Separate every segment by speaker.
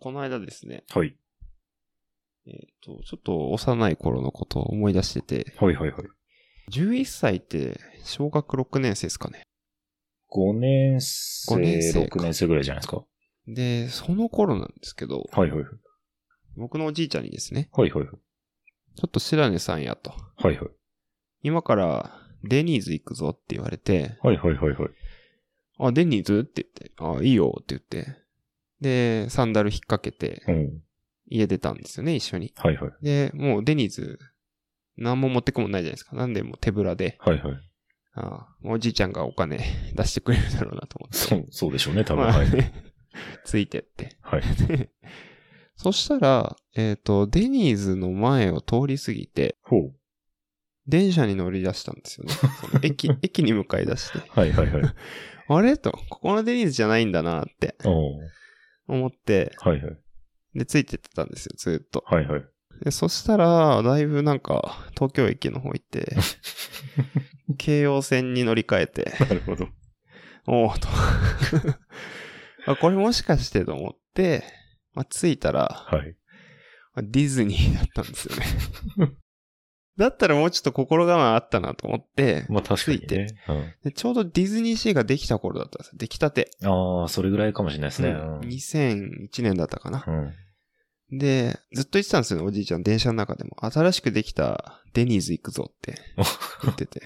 Speaker 1: この間ですね、
Speaker 2: はい。
Speaker 1: えっ、と、ちょっと幼い頃のことを思い出してて、
Speaker 2: はいはいはい。
Speaker 1: 11歳って小学6年生ですかね。
Speaker 2: 5年生、
Speaker 1: 五年生か
Speaker 2: 6年生ぐらいじゃないですか。
Speaker 1: で、その頃なんですけど、
Speaker 2: はいはいはい。
Speaker 1: 僕のおじいちゃんにですね、
Speaker 2: はいはいはい。
Speaker 1: ちょっと白根さんやと、
Speaker 2: はいはい。
Speaker 1: 今からデニーズ行くぞって言われて、
Speaker 2: はいはいはいはい。
Speaker 1: あ、デニーズって言って、あ、いいよって言って、で、サンダル引っ掛けて、
Speaker 2: うん。
Speaker 1: 家出たんですよね、一緒に。
Speaker 2: はいはい。
Speaker 1: で、もうデニーズ、何も持ってくもんないじゃないですか。なんでもう手ぶらで、
Speaker 2: はいはい。
Speaker 1: ああおじいちゃんがお金 出してくれるだろうなと思って。
Speaker 2: そう、そうでしょうね、多分。
Speaker 1: まあ
Speaker 2: はい。
Speaker 1: ね ついてって。
Speaker 2: はい。
Speaker 1: そしたら、えっ、と、デニーズの前を通り過ぎて、
Speaker 2: ほう。
Speaker 1: 電車に乗り出したんですよね。その 駅、駅に向かい出して。
Speaker 2: はいはいはい。
Speaker 1: あれと、ここのデニーズじゃないんだなって
Speaker 2: おー
Speaker 1: 思って、
Speaker 2: はいはい。
Speaker 1: で、ついてってたんですよ、ずーっと。
Speaker 2: はいはい。
Speaker 1: でそしたら、だいぶなんか、東京駅の方行 って、京王線に乗り換えて、
Speaker 2: なるほど。
Speaker 1: おおと。 あ、これもしかしてと思って、まあ、着いたら、
Speaker 2: はい。
Speaker 1: まあディズニーだったんですよね。 だったらもうちょっと心構えあったなと思って、
Speaker 2: まあ確かに
Speaker 1: ついて
Speaker 2: ね。うん
Speaker 1: でちょうどディズニーシーができた頃だったんですよ。できたて。
Speaker 2: ああ、それぐらいかもしれないですね。
Speaker 1: うん
Speaker 2: うん
Speaker 1: 2001年だったかな
Speaker 2: う。ん。
Speaker 1: で、ずっと言ってたんですよね、おじいちゃん、電車の中でも。新しくできたデニーズ行くぞって言ってて。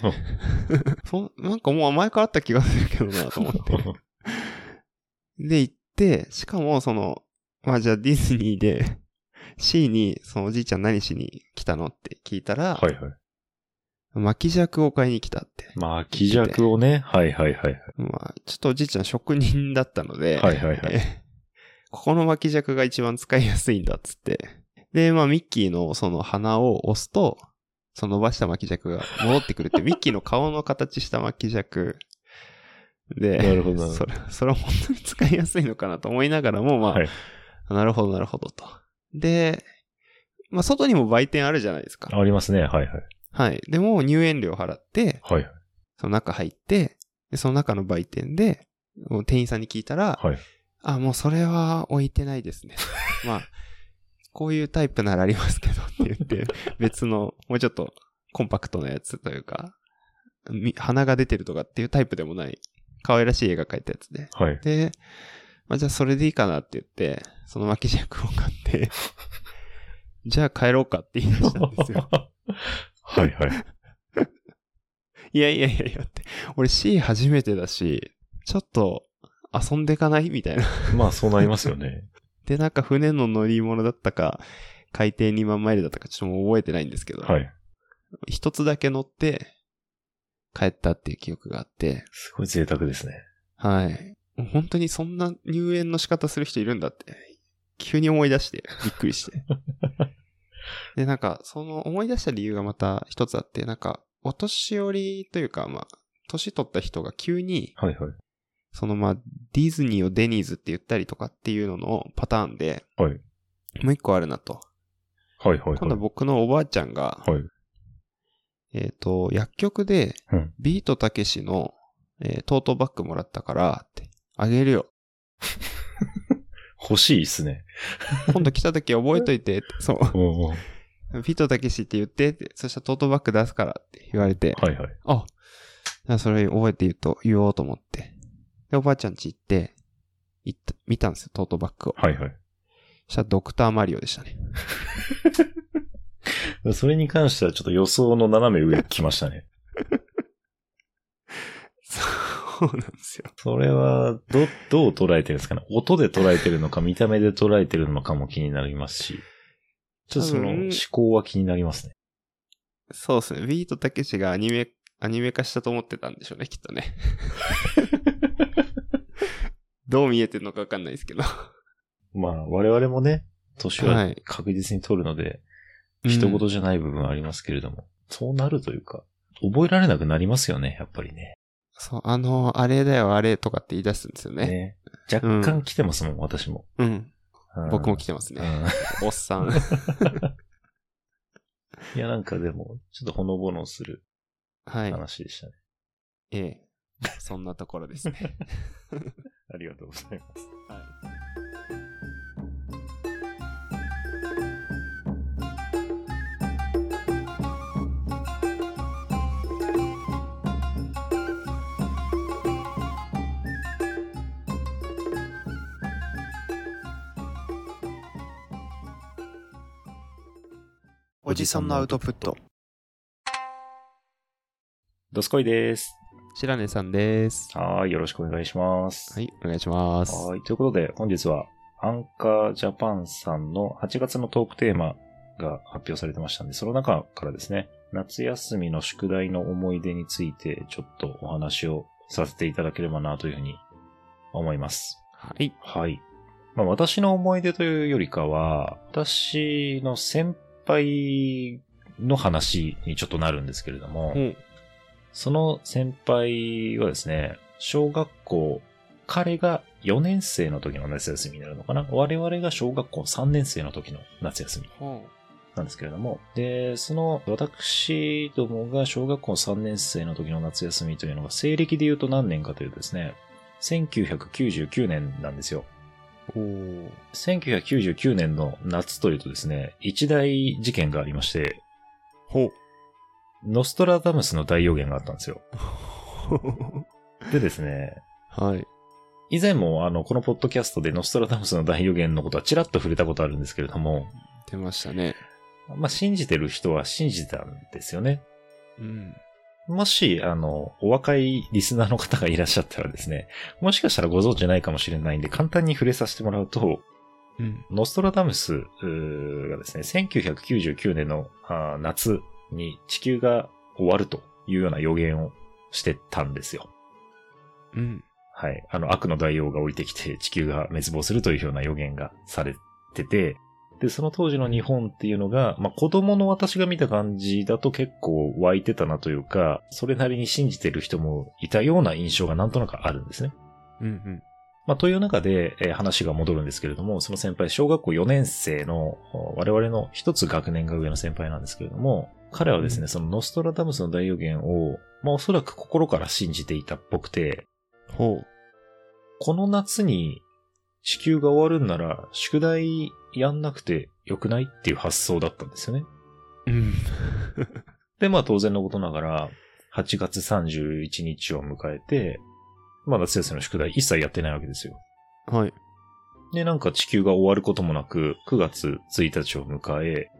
Speaker 1: そなんかもう前からあった気がするけどなと思って。 で、行って、しかも、その、まあ、じゃあディズニーで、C に、そのおじいちゃん何しに来たのって聞いたら、
Speaker 2: はいはい。
Speaker 1: 巻き尺を買いに来たって。
Speaker 2: まあ、気弱をね。はいはいはい。
Speaker 1: まあ、ちょっとおじいちゃん職人だったので、
Speaker 2: はいはいはい
Speaker 1: え ここの巻き尺が一番使いやすいんだっつって。で、まあ、ミッキーのその鼻を押すと、その伸ばした巻き尺が戻ってく るって、ミッキーの顔の形した巻き尺。で、
Speaker 2: なるほどなる
Speaker 1: そ
Speaker 2: ほど
Speaker 1: れ、それは本当に使いやすいのかなと思いながらも、まあ、
Speaker 2: はい
Speaker 1: なるほどなるほどと。で、まあ、外にも売店あるじゃないですか。
Speaker 2: ありますね。はいはい。
Speaker 1: はい。でも、入園料払って、
Speaker 2: はいはい。
Speaker 1: その中入って、で、その中の売店で、もう店員さんに聞いたら、
Speaker 2: はい。
Speaker 1: あ、もうそれは置いてない ですね。まあ、こういうタイプならありますけどって 言って、別の、もうちょっとコンパクトなやつというか、み鼻が出てるとかっていうタイプでもない、可愛らしい絵が描いたやつで。
Speaker 2: はい。
Speaker 1: で、まあ、じゃあそれでいいかなって言って、その巻き尺を買 って、じゃあ帰ろうかって言い出したんですよ。
Speaker 2: はいはい。
Speaker 1: いやいやいやいやって、俺 C 初めてだし、ちょっと遊んでかないみたいな。
Speaker 2: まあ、そうなりますよね。
Speaker 1: で、なんか船の乗り物だったか、海底2万マイルだったか、ちょっともう覚えてないんですけど、
Speaker 2: はい。
Speaker 1: 一つだけ乗って、帰ったっていう記憶があって、
Speaker 2: すごい贅沢ですね。
Speaker 1: はい。もう本当にそんな入園の仕方する人いるんだって、急に思い出して、びっくり して。で、なんか、その思い出した理由がまた一つあって、なんか、お年寄りというか、まあ、年取った人が急に、
Speaker 2: はいはい。
Speaker 1: そのまあ、ディズニーをデニーズって言ったりとかっていうののパターンで、
Speaker 2: はい
Speaker 1: もう一個あるなと。
Speaker 2: はいはいはい。
Speaker 1: 今度は僕のおばあちゃんが、
Speaker 2: はい。
Speaker 1: えっ、と、薬局で
Speaker 2: うん、
Speaker 1: ビートたけしの、えートートバッグもらったから、って、あげるよ。
Speaker 2: 欲しいっすね。
Speaker 1: 今度来た時覚えとい てって、そう。
Speaker 2: うんうん。
Speaker 1: ビートたけしって言ってって、そしたらトートバッグ出すからって言われて、
Speaker 2: はいはい。
Speaker 1: あ、じゃあそれ覚えて言うと、言おうと思って。で、おばあちゃん家行って、行った、見たんですよ、トートバッグを。
Speaker 2: はいはい。
Speaker 1: そしたらドクターマリオでしたね。
Speaker 2: それに関してはちょっと予想の斜め上来ましたね。
Speaker 1: そうなんですよ。
Speaker 2: それは、ど、どう捉えてるんですかね音で捉えてるのか、見た目で捉えてるのかも気になりますし。ちょっとその
Speaker 1: 多分
Speaker 2: 思考は気になりますね。
Speaker 1: そうですね。ビートたけしがアニメ、アニメ化したと思ってたんでしょうね、きっと ね。どう見えてるのかわかんないですけど。
Speaker 2: まあ、我々もね、年
Speaker 1: は
Speaker 2: はい確実に取るので、人事じゃない部分はありますけれども、そうなるというか、覚えられなくなりますよね、やっぱりね。
Speaker 1: そう、あの、あれだよ、あれとかって言い出すんですよね。
Speaker 2: ね若干来てますもん、私も。
Speaker 1: うん。
Speaker 2: うん
Speaker 1: 僕も来てます
Speaker 2: う
Speaker 1: ね。
Speaker 2: ん
Speaker 1: おっさ ん。
Speaker 2: いや、なんかでも、ちょっとほのぼのする
Speaker 1: はい。
Speaker 2: 話でしたね。
Speaker 1: ええ。そんなところですね。
Speaker 2: ありがとうございます。
Speaker 1: はい おじさんのアウトプット。
Speaker 2: ドスコイです。
Speaker 1: 白根さんです。
Speaker 2: はーい、よろしくお願いします。
Speaker 1: はい、お願いします。
Speaker 2: はーい。ということで、本日は、アンカージャパンさんの8月のトークテーマが発表されてましたんで、その中からですね、夏休みの宿題の思い出について、ちょっとお話をさせていただければなというふうに思います。
Speaker 1: はい。
Speaker 2: はい。まあ私の思い出というよりかは、私の先輩の話にちょっとなるんですけれども、
Speaker 1: うん。
Speaker 2: その先輩はですね、小学校、彼が4年生の時の夏休みになるのかな我々が小学校3年生の時の夏休み
Speaker 1: ほ
Speaker 2: なんですけれども。で、その私どもが小学校3年生の時の夏休みというのが西暦で言うと何年かというとですね、1999年なんですよ。
Speaker 1: うおー
Speaker 2: 1999年の夏というとですね、一大事件がありまして、
Speaker 1: ほ
Speaker 2: ノストラダムスの大予言があったんですよ。
Speaker 1: う。
Speaker 2: でですね、
Speaker 1: はい。
Speaker 2: 以前もあの、このポッドキャストでノストラダムスの大予言のことはちらっと触れたことあるんですけれども、
Speaker 1: 出ましたね。
Speaker 2: まあ、信じてる人は信じたんですよね。
Speaker 1: うん。
Speaker 2: もし、あの、お若いリスナーの方がいらっしゃったらですね、もしかしたらご存知ないかもしれないんで、簡単に触れさせてもらうと、
Speaker 1: うん。
Speaker 2: ノストラダムスうーがですね、1999年のあー夏に地球が終わるというような予言をしてたんですよ。
Speaker 1: うん。
Speaker 2: はい。あの、悪の大王が降りてきて地球が滅亡するというような予言がされてて、で、その当時の日本っていうのが、まあ、子供の私が見た感じだと結構湧いてたなというか、それなりに信じてる人もいたような印象がなんとなくあるんですね。
Speaker 1: うん。
Speaker 2: まあ、という中で、えー話が戻るんですけれども、その先輩、小学校4年生の、お我々の一つ学年が上の先輩なんですけれども、彼はです
Speaker 1: う
Speaker 2: ね、そのノストラダムスの大予言を、まあ、おそらく心から信じていたっぽくて、
Speaker 1: ほう。
Speaker 2: この夏に地球が終わるんなら宿題やんなくてよくないっていう発想だったんですよね。
Speaker 1: うん。
Speaker 2: で、まあ当然のことながら、8月31日を迎えて、まあ夏休みの宿題一切やってないわけですよ。
Speaker 1: はい。
Speaker 2: で、なんか地球が終わることもなく、9月1日を迎え、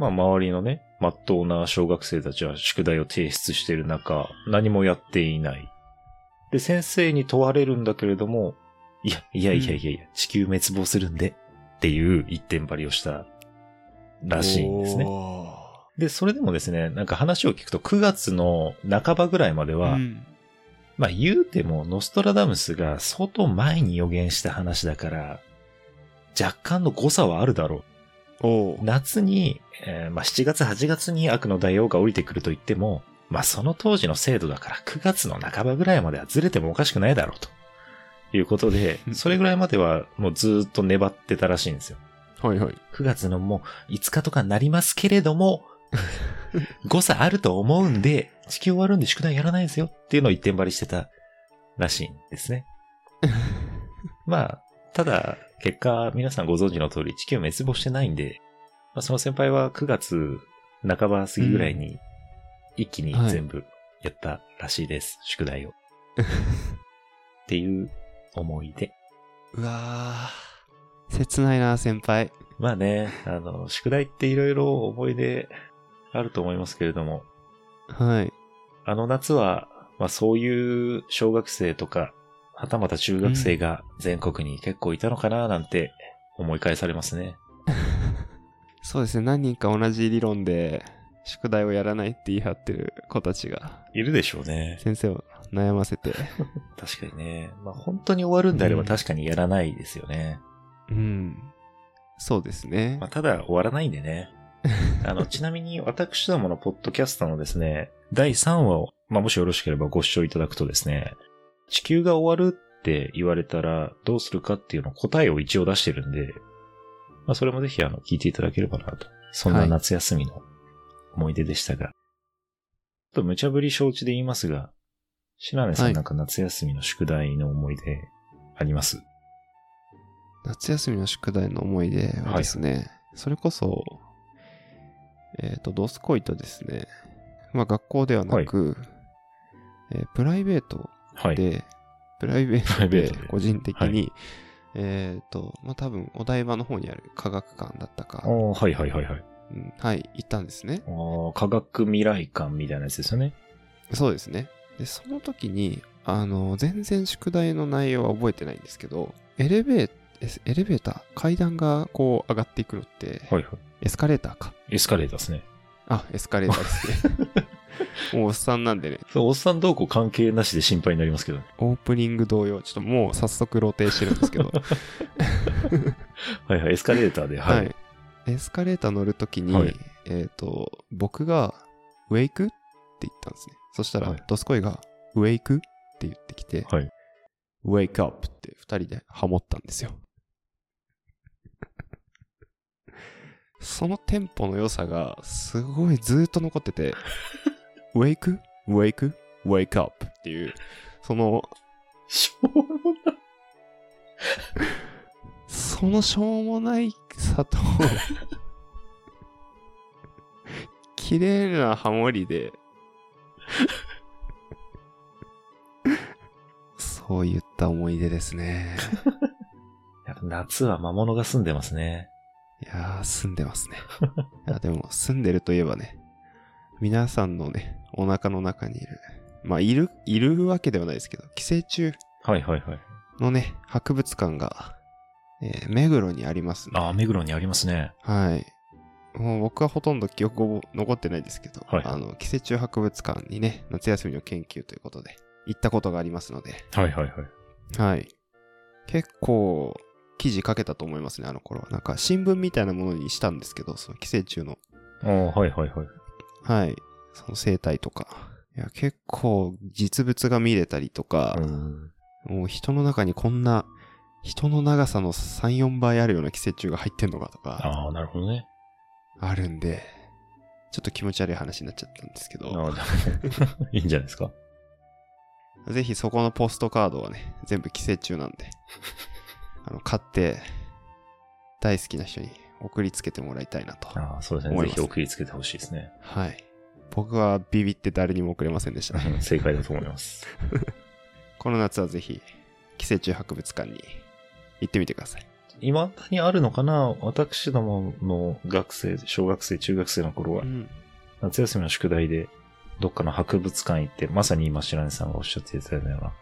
Speaker 2: まあ周りのね、まっとうな小学生たちは宿題を提出している中、何もやっていない。で、先生に問われるんだけれども、いや、いやいやいやいや、地球滅亡するんで、っていう一点張りをしたらしいんですね。
Speaker 1: お
Speaker 2: で、それでもですね、なんか話を聞くと9月の半ばぐらいまで
Speaker 1: ー。
Speaker 2: は、
Speaker 1: うん。
Speaker 2: まあ言うてもノストラダムスが相当前に予言した話だから、若干の誤差はあるだろ
Speaker 1: お
Speaker 2: う。
Speaker 1: ー。
Speaker 2: 夏に、えーまあ7月8月に悪の大王が降りてくると言っても、まあその当時の制度だから9月の半ばぐらいまではずれてもおかしくないだろうと。いうことで、それぐらいまではもうずーっと粘ってたらしいんですよ。
Speaker 1: はいはい。
Speaker 2: 9月のもう5日とかになりますけれども、誤差あると思うんで、地球終わるんで宿題やらないですよっていうのを一点張りしてたらしいんですね。まあ、ただ、結果、皆さんご存知の通り地球滅亡してないんで、まあ、その先輩は9月半ば過ぎぐらいに、一気に全部やったらしいです、宿題を。っていう思い出。
Speaker 1: うわー。切ないな、先輩。
Speaker 2: まあね、あの、宿題っていろいろ思い出あると思いますけれども、
Speaker 1: はい。
Speaker 2: あの夏は、まあそういう小学生とか、はたまた中学生が全国に結構いたのかななんて思い返されますね。
Speaker 1: そうですね、何人か同じ理論で、宿題をやらないって言い張ってる子たちが、
Speaker 2: いるでしょうね。
Speaker 1: 先生を悩ませて、
Speaker 2: 確かにね。まあ本当に終わるんであれ
Speaker 1: う
Speaker 2: ば
Speaker 1: ん
Speaker 2: 確かにやらないですよね。
Speaker 1: うん。そうですね
Speaker 2: まあ。ただ終わらないんでね。あの、ちなみに私どものポッドキャストのですね、第3話を、まあ、もしよろしければご視聴いただくとですね、地球が終わるって言われたらどうするかっていうのを答えを一応出してるんで、まあ、それもぜひあの、聞いていただければなと。そんな夏休みの思い出でしたが、ちょっと無茶ぶり承知で言いますが、白根さ
Speaker 1: は
Speaker 2: ん
Speaker 1: い
Speaker 2: なんか夏休みの宿題の思い出あります、
Speaker 1: 夏休みの宿題の思い出はですね、それこそ、えっ、と、ドスコイとですね、まあ学校ではなく、えープライベート
Speaker 2: はい。
Speaker 1: で、プライベ
Speaker 2: プラ
Speaker 1: ート
Speaker 2: イベー
Speaker 1: で
Speaker 2: トで
Speaker 1: 個人的に、
Speaker 2: は
Speaker 1: えっ、と、まあ多分お台場の方にある科学館だったか、
Speaker 2: ああ、はいはいはいはい。
Speaker 1: うん、はい、行ったんですね。
Speaker 2: ああ、科学未来館みたいなやつですよね。
Speaker 1: そうですね。で、その時に、あの、全然宿題の内容は覚えてないんですけど、エレベーエレベーター、階段がこう上がっていくのって、
Speaker 2: はいは
Speaker 1: エスカレーターか。
Speaker 2: い。エスカレーターですね。
Speaker 1: あ、エスカレーターですね。もうおっさんなんでね、
Speaker 2: そう、おっさんどうこう関係なしで心配になりますけど。
Speaker 1: オープニング同様、ちょっともう早速露呈してるんですけど、
Speaker 2: はいはい、エスカレーターで、はい。
Speaker 1: はいエスカレーター乗るときに、
Speaker 2: はい
Speaker 1: えっ、と、僕が、ウェイクって言ったんですね。そしたら、
Speaker 2: はい
Speaker 1: ドスコイが、ウェイクって言ってきて、
Speaker 2: はい。
Speaker 1: ウェイクアップって二人でハモったんですよ。そのテンポの良さがすごいずーっと残って て、ウェイク、ウェイク、ウェイクアップっていう、その、
Speaker 2: しょうもない
Speaker 1: そのしょうもないさ と、綺麗なハモリで、そういった思い出ですね。
Speaker 2: やっぱ夏は魔物が住んでますね。
Speaker 1: いやー、住んでますね。いやでも、住んでるといえばね、皆さんのね、お腹の中にいる、まあ、いる、いるわけではないですけど、寄生虫
Speaker 2: はいはいはい。
Speaker 1: のね、博物館が、えー目黒にありますね。
Speaker 2: ああ、目黒にありますね。
Speaker 1: はい。もう僕はほとんど記憶を残ってないですけど、
Speaker 2: はい
Speaker 1: あの、寄生虫博物館にね、夏休みの研究ということで、行ったことがありますので、
Speaker 2: はいはいはい。
Speaker 1: はい。結構、記事書けたと思いますね、あの頃は。なんか、新聞みたいなものにしたんですけど、その寄生虫の
Speaker 2: ああ、はいはいはい。
Speaker 1: はい。その生態とか。いや、結構実物が見れたりとか、
Speaker 2: うん
Speaker 1: もう人の中にこんな、人の長さの3、4倍あるような寄生虫が入ってんのかとか、
Speaker 2: ああ、なるほどね。
Speaker 1: あるんで、ちょっと気持ち悪い話になっちゃったんですけ
Speaker 2: あ
Speaker 1: ど、
Speaker 2: あ、でも いいんじゃないですか。
Speaker 1: ぜひそこのポストカードはね、全部寄生虫なん で、あの、買って、大好きな人に送りつけてもらいたいなと。
Speaker 2: ああ、そうですね。
Speaker 1: 思い
Speaker 2: ぜ
Speaker 1: ます
Speaker 2: ひ送りつけてほしいですね。
Speaker 1: はい。僕はビビって誰にも送れませんでしたね。
Speaker 2: うん正解だと思い ます。
Speaker 1: この夏はぜひ、寄生虫博物館に行ってみてください。
Speaker 2: 未だにあるのかな私どもの学生、小学生、中学生の頃は、
Speaker 1: ん。
Speaker 2: 夏休みの宿題で、どっかの博物館行って、まさに今白根さんがおっしゃっていたような、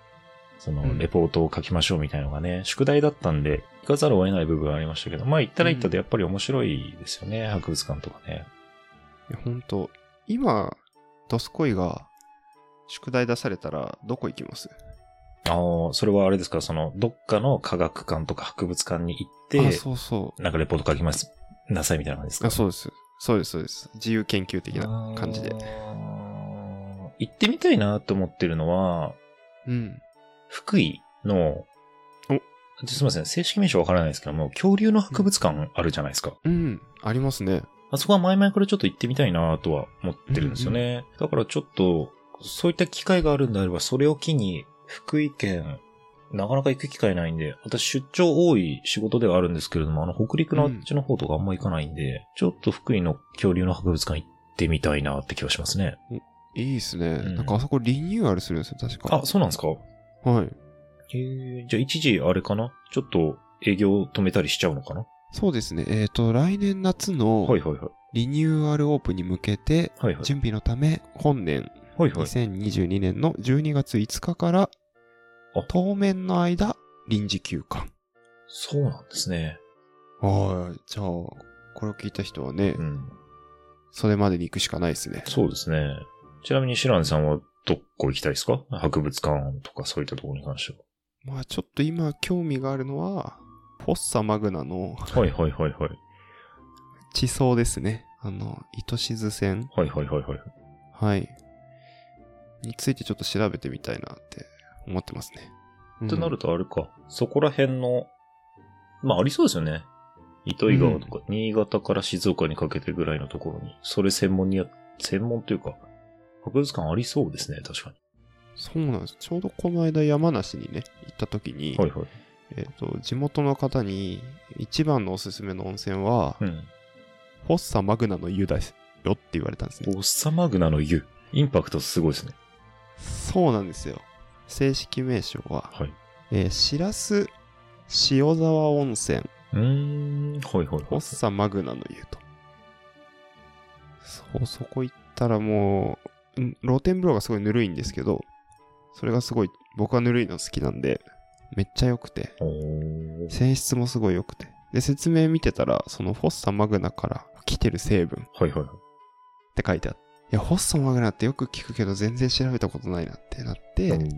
Speaker 2: そうの、
Speaker 1: ん
Speaker 2: レポートを書きましょうみたいなのがね、宿題だったんで、行かざるを得ない部分はありましたけど、まあ行ったら行ったでやっぱり面白いですよね、博物館とかね。
Speaker 1: いや、ほんと、今、ドスコイが、宿題出されたら、どこ行きます
Speaker 2: あの、それはあれですか、その、どっかの科学館とか博物館に行っ
Speaker 1: あ、
Speaker 2: て、
Speaker 1: そうそ
Speaker 2: なんかレポート書きます、なさいみたいな感じです
Speaker 1: う。
Speaker 2: か
Speaker 1: あ、そうです。そうです、そうです。自由研究的な感じで
Speaker 2: あ。ー。行ってみたいなと思ってるのは、
Speaker 1: うん。
Speaker 2: 福井の、すみません、正式名称わからないですけども、恐竜の博物館あるじゃないですか。
Speaker 1: うん。ありますね。
Speaker 2: あそこは前々からちょっと行ってみたいなとは思ってるんですよね。だからちょっと、そういった機会があるんであれば、それを機に、福井県、なかなか行く機会ないんで、私出張多い仕事ではあるんですけれども、あの、北陸のあっちの方とかあんま行かないんで、ちょっと福井の恐竜の博物館行ってみたいなって気はしますね。
Speaker 1: いいっすね。
Speaker 2: ん
Speaker 1: なんかあそこリニューアルするんですよ、確か。
Speaker 2: あ、そうなんですか
Speaker 1: あ、はい。
Speaker 2: えー、じゃあ一時あれかなちょっと営業を止めたりしちゃうのかな
Speaker 1: そうですね。えっ、と、来年夏
Speaker 2: は
Speaker 1: の
Speaker 2: いはいはい。
Speaker 1: リニューアルオープンに向けて、
Speaker 2: はいはい。
Speaker 1: 準備のため、本年、
Speaker 2: はいはい。
Speaker 1: 2022年の12月5日から
Speaker 2: あ、
Speaker 1: 当面の間、臨時休館。
Speaker 2: そうなんですね。
Speaker 1: はい。じゃあ、これを聞いた人はね、
Speaker 2: うん。
Speaker 1: それまでに行くしかないですね。
Speaker 2: そうですね。ちなみに白根さんはどこ行きたいですか博物館とかそういったところに関して
Speaker 1: まあ、ちょっと今、興味があるのは、フォッサマグナの
Speaker 2: は。はいはいはいはい。
Speaker 1: 地層ですね。あの、糸静線。
Speaker 2: はいはいはいはい。
Speaker 1: はい。についてちょっと調べてみたいなって思ってますね。うん
Speaker 2: ってなるとあれか。そこら辺の、まあありそうですよね。糸魚川とか、新潟から静岡にかけてぐらいのところに、それ専門にや、専門というか、博物館ありそうですね、確か
Speaker 1: そうなんです。ちょうどこの間山梨にね、行った時に、
Speaker 2: に。はいはい。
Speaker 1: えっ、と、地元の方に一番のおすすめの温泉は、
Speaker 2: うん。
Speaker 1: フォッサマグナの湯ですよって言われたんですね。
Speaker 2: ボッサマグナの湯。インパクトすごいですね。
Speaker 1: そうなんですよ。正式名称は、
Speaker 2: はい。
Speaker 1: えー、しらす塩沢温泉、
Speaker 2: うーん、はいはい
Speaker 1: フォッ
Speaker 2: は
Speaker 1: サマグナの湯とそう、そこ行ったらもう、ん露天風呂がすごいぬるいんですけど、それがすごい、僕はぬるいの好きなんで、めっちゃ良くて、
Speaker 2: おー
Speaker 1: 泉質もすごい良くて。で、説明見てたら、そのフォッサマグナから来てる成分っ
Speaker 2: はいはい。
Speaker 1: て書いてあって、いや、フォッサマグナってよく聞くけど、全然調べたことないなってなって、
Speaker 2: うん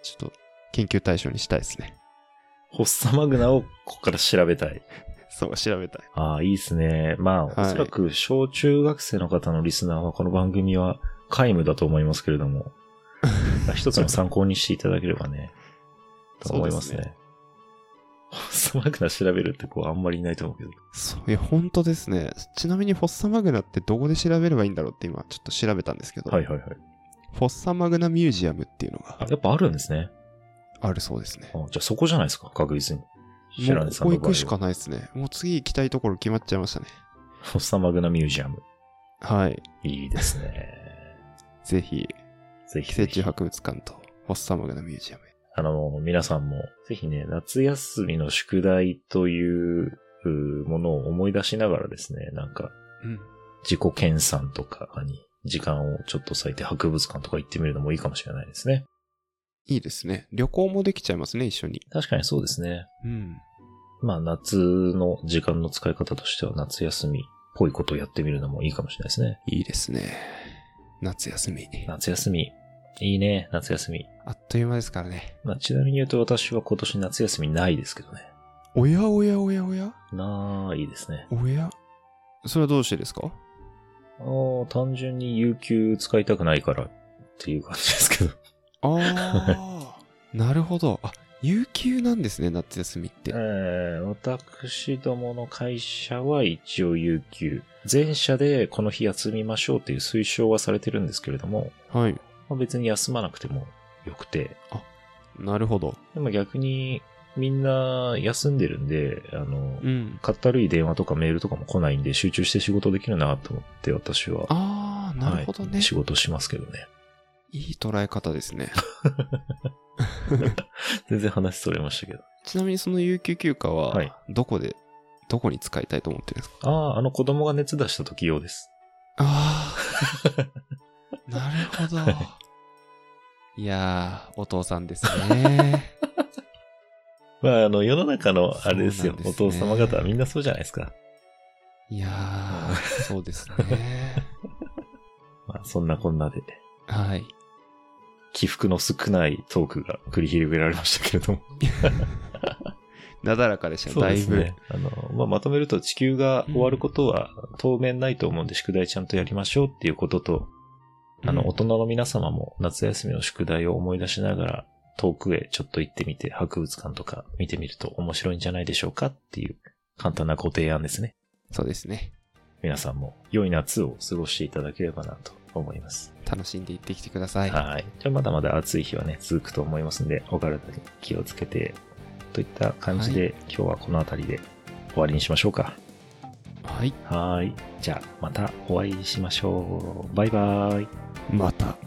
Speaker 1: ちょっと研究対象にしたいですね。
Speaker 2: ホッサマグナをここから調べたい。
Speaker 1: そう、調べたい。
Speaker 2: ああ、いいですね。まあ、
Speaker 1: はい
Speaker 2: おそらく小中学生の方のリスナーはこの番組は皆無だと思いますけれ ども、一つの参考にしていただければね、と思います
Speaker 1: そうです
Speaker 2: ね。ホッサマグナ調べるってこうあんまりいないと思うけど。
Speaker 1: そう、いや、本当ですね。ちなみにフォッサマグナってどこで調べればいいんだろうって今、ちょっと調べたんですけど、
Speaker 2: はいはいはい。
Speaker 1: フォッサマグナミュージアムっていうのが
Speaker 2: あやっぱあるんですね。
Speaker 1: あるそうですね。
Speaker 2: あじゃあそこじゃないですか、確実に。シェラ
Speaker 1: も
Speaker 2: ネ
Speaker 1: う
Speaker 2: さ
Speaker 1: こ
Speaker 2: ん
Speaker 1: こ行
Speaker 2: の場合は
Speaker 1: くしかないですね。もう次行きたいところ決まっちゃいましたね。
Speaker 2: ホッサマグナミュージアム。
Speaker 1: はい。
Speaker 2: いいですね。
Speaker 1: ぜひ、
Speaker 2: ぜ
Speaker 1: 寄生
Speaker 2: ひぜひ
Speaker 1: 虫。博物館と、フォッサマグナミュージアムへ。
Speaker 2: あの、皆さんも、ぜひね、夏休みの宿題といううーものを思い出しながらですね、なんか、
Speaker 1: うん。
Speaker 2: 自己研鑽とかに時間をちょっと割いて博物館とか行ってみるのもいいかもしれないですね。
Speaker 1: いいですね。旅行もできちゃいますね、一緒に。
Speaker 2: 確かにそうですね。
Speaker 1: うん。
Speaker 2: まあ、夏の時間の使い方としては、夏休みっぽいことをやってみるのもいいかもしれないですね。
Speaker 1: いいですね。夏休みに。
Speaker 2: 夏休み。いいね、夏休み。
Speaker 1: あっという間ですからね。
Speaker 2: まあ、ちなみに言うと私は今年夏休みないですけどね。
Speaker 1: おやおやおやおや
Speaker 2: ないですね。
Speaker 1: おやそれはどうしてですか
Speaker 2: ああ、単純に有給使いたくないからっていう感じですけど。
Speaker 1: ああ。 なるほど。あ、有給なんですね、夏休みって。
Speaker 2: えー、私どもの会社は一応有給。全社でこの日休みましょうっていう推奨はされてるんですけれども、
Speaker 1: はい。
Speaker 2: まあ別に休まなくてもよくて。
Speaker 1: なるほど。
Speaker 2: でも逆にみんな休んでるんで、あの、
Speaker 1: うん。
Speaker 2: かったるい電話とかメールとかも来ないんで集中して仕事できるなと思って私は。
Speaker 1: ああ、なるほど
Speaker 2: は
Speaker 1: ね
Speaker 2: い。仕事しますけどね。
Speaker 1: いい捉え方ですね。
Speaker 2: 全然話それましたけど。
Speaker 1: ちなみにその有給休暇
Speaker 2: はい
Speaker 1: は、どこで、どこに使いたいと思ってるんですか
Speaker 2: ああ、あの子供が熱出した時用です。
Speaker 1: ああ。 なるほ ど。いやー、お父さんです ね。
Speaker 2: まあ、あの、世の中の、あれです
Speaker 1: そう
Speaker 2: よ
Speaker 1: なん
Speaker 2: お
Speaker 1: ですね
Speaker 2: 父様方はみんなそうじゃないですか。
Speaker 1: いやー、そうです ね。
Speaker 2: まあ、そんなこんなで、
Speaker 1: はい。
Speaker 2: 起伏の少ないトークが繰り広げられましたけれども。
Speaker 1: なだらかでしたね、だいぶ。。
Speaker 2: あの、まあ、まとめると地球が終わることは当面ないと思うんで、宿題ちゃんとやりましょうっていうことと、あの、
Speaker 1: うん
Speaker 2: 大人の皆様も夏休みの宿題を思い出しながら、遠くへちょっと行ってみて、博物館とか見てみると面白いんじゃないでしょうかっていう簡単なご提案ですね。
Speaker 1: そうですね。
Speaker 2: 皆さんも良い夏を過ごしていただければなと思います。
Speaker 1: 楽しんでいってきてください。
Speaker 2: はい。じゃあまだまだ暑い日はね、続くと思いますんで、お体に気をつけて、といった感じで、今日はこの辺りで終わりにしましょうか。
Speaker 1: はい。
Speaker 2: はい。じゃあまたお会いしましょう。バイバイ。
Speaker 1: また。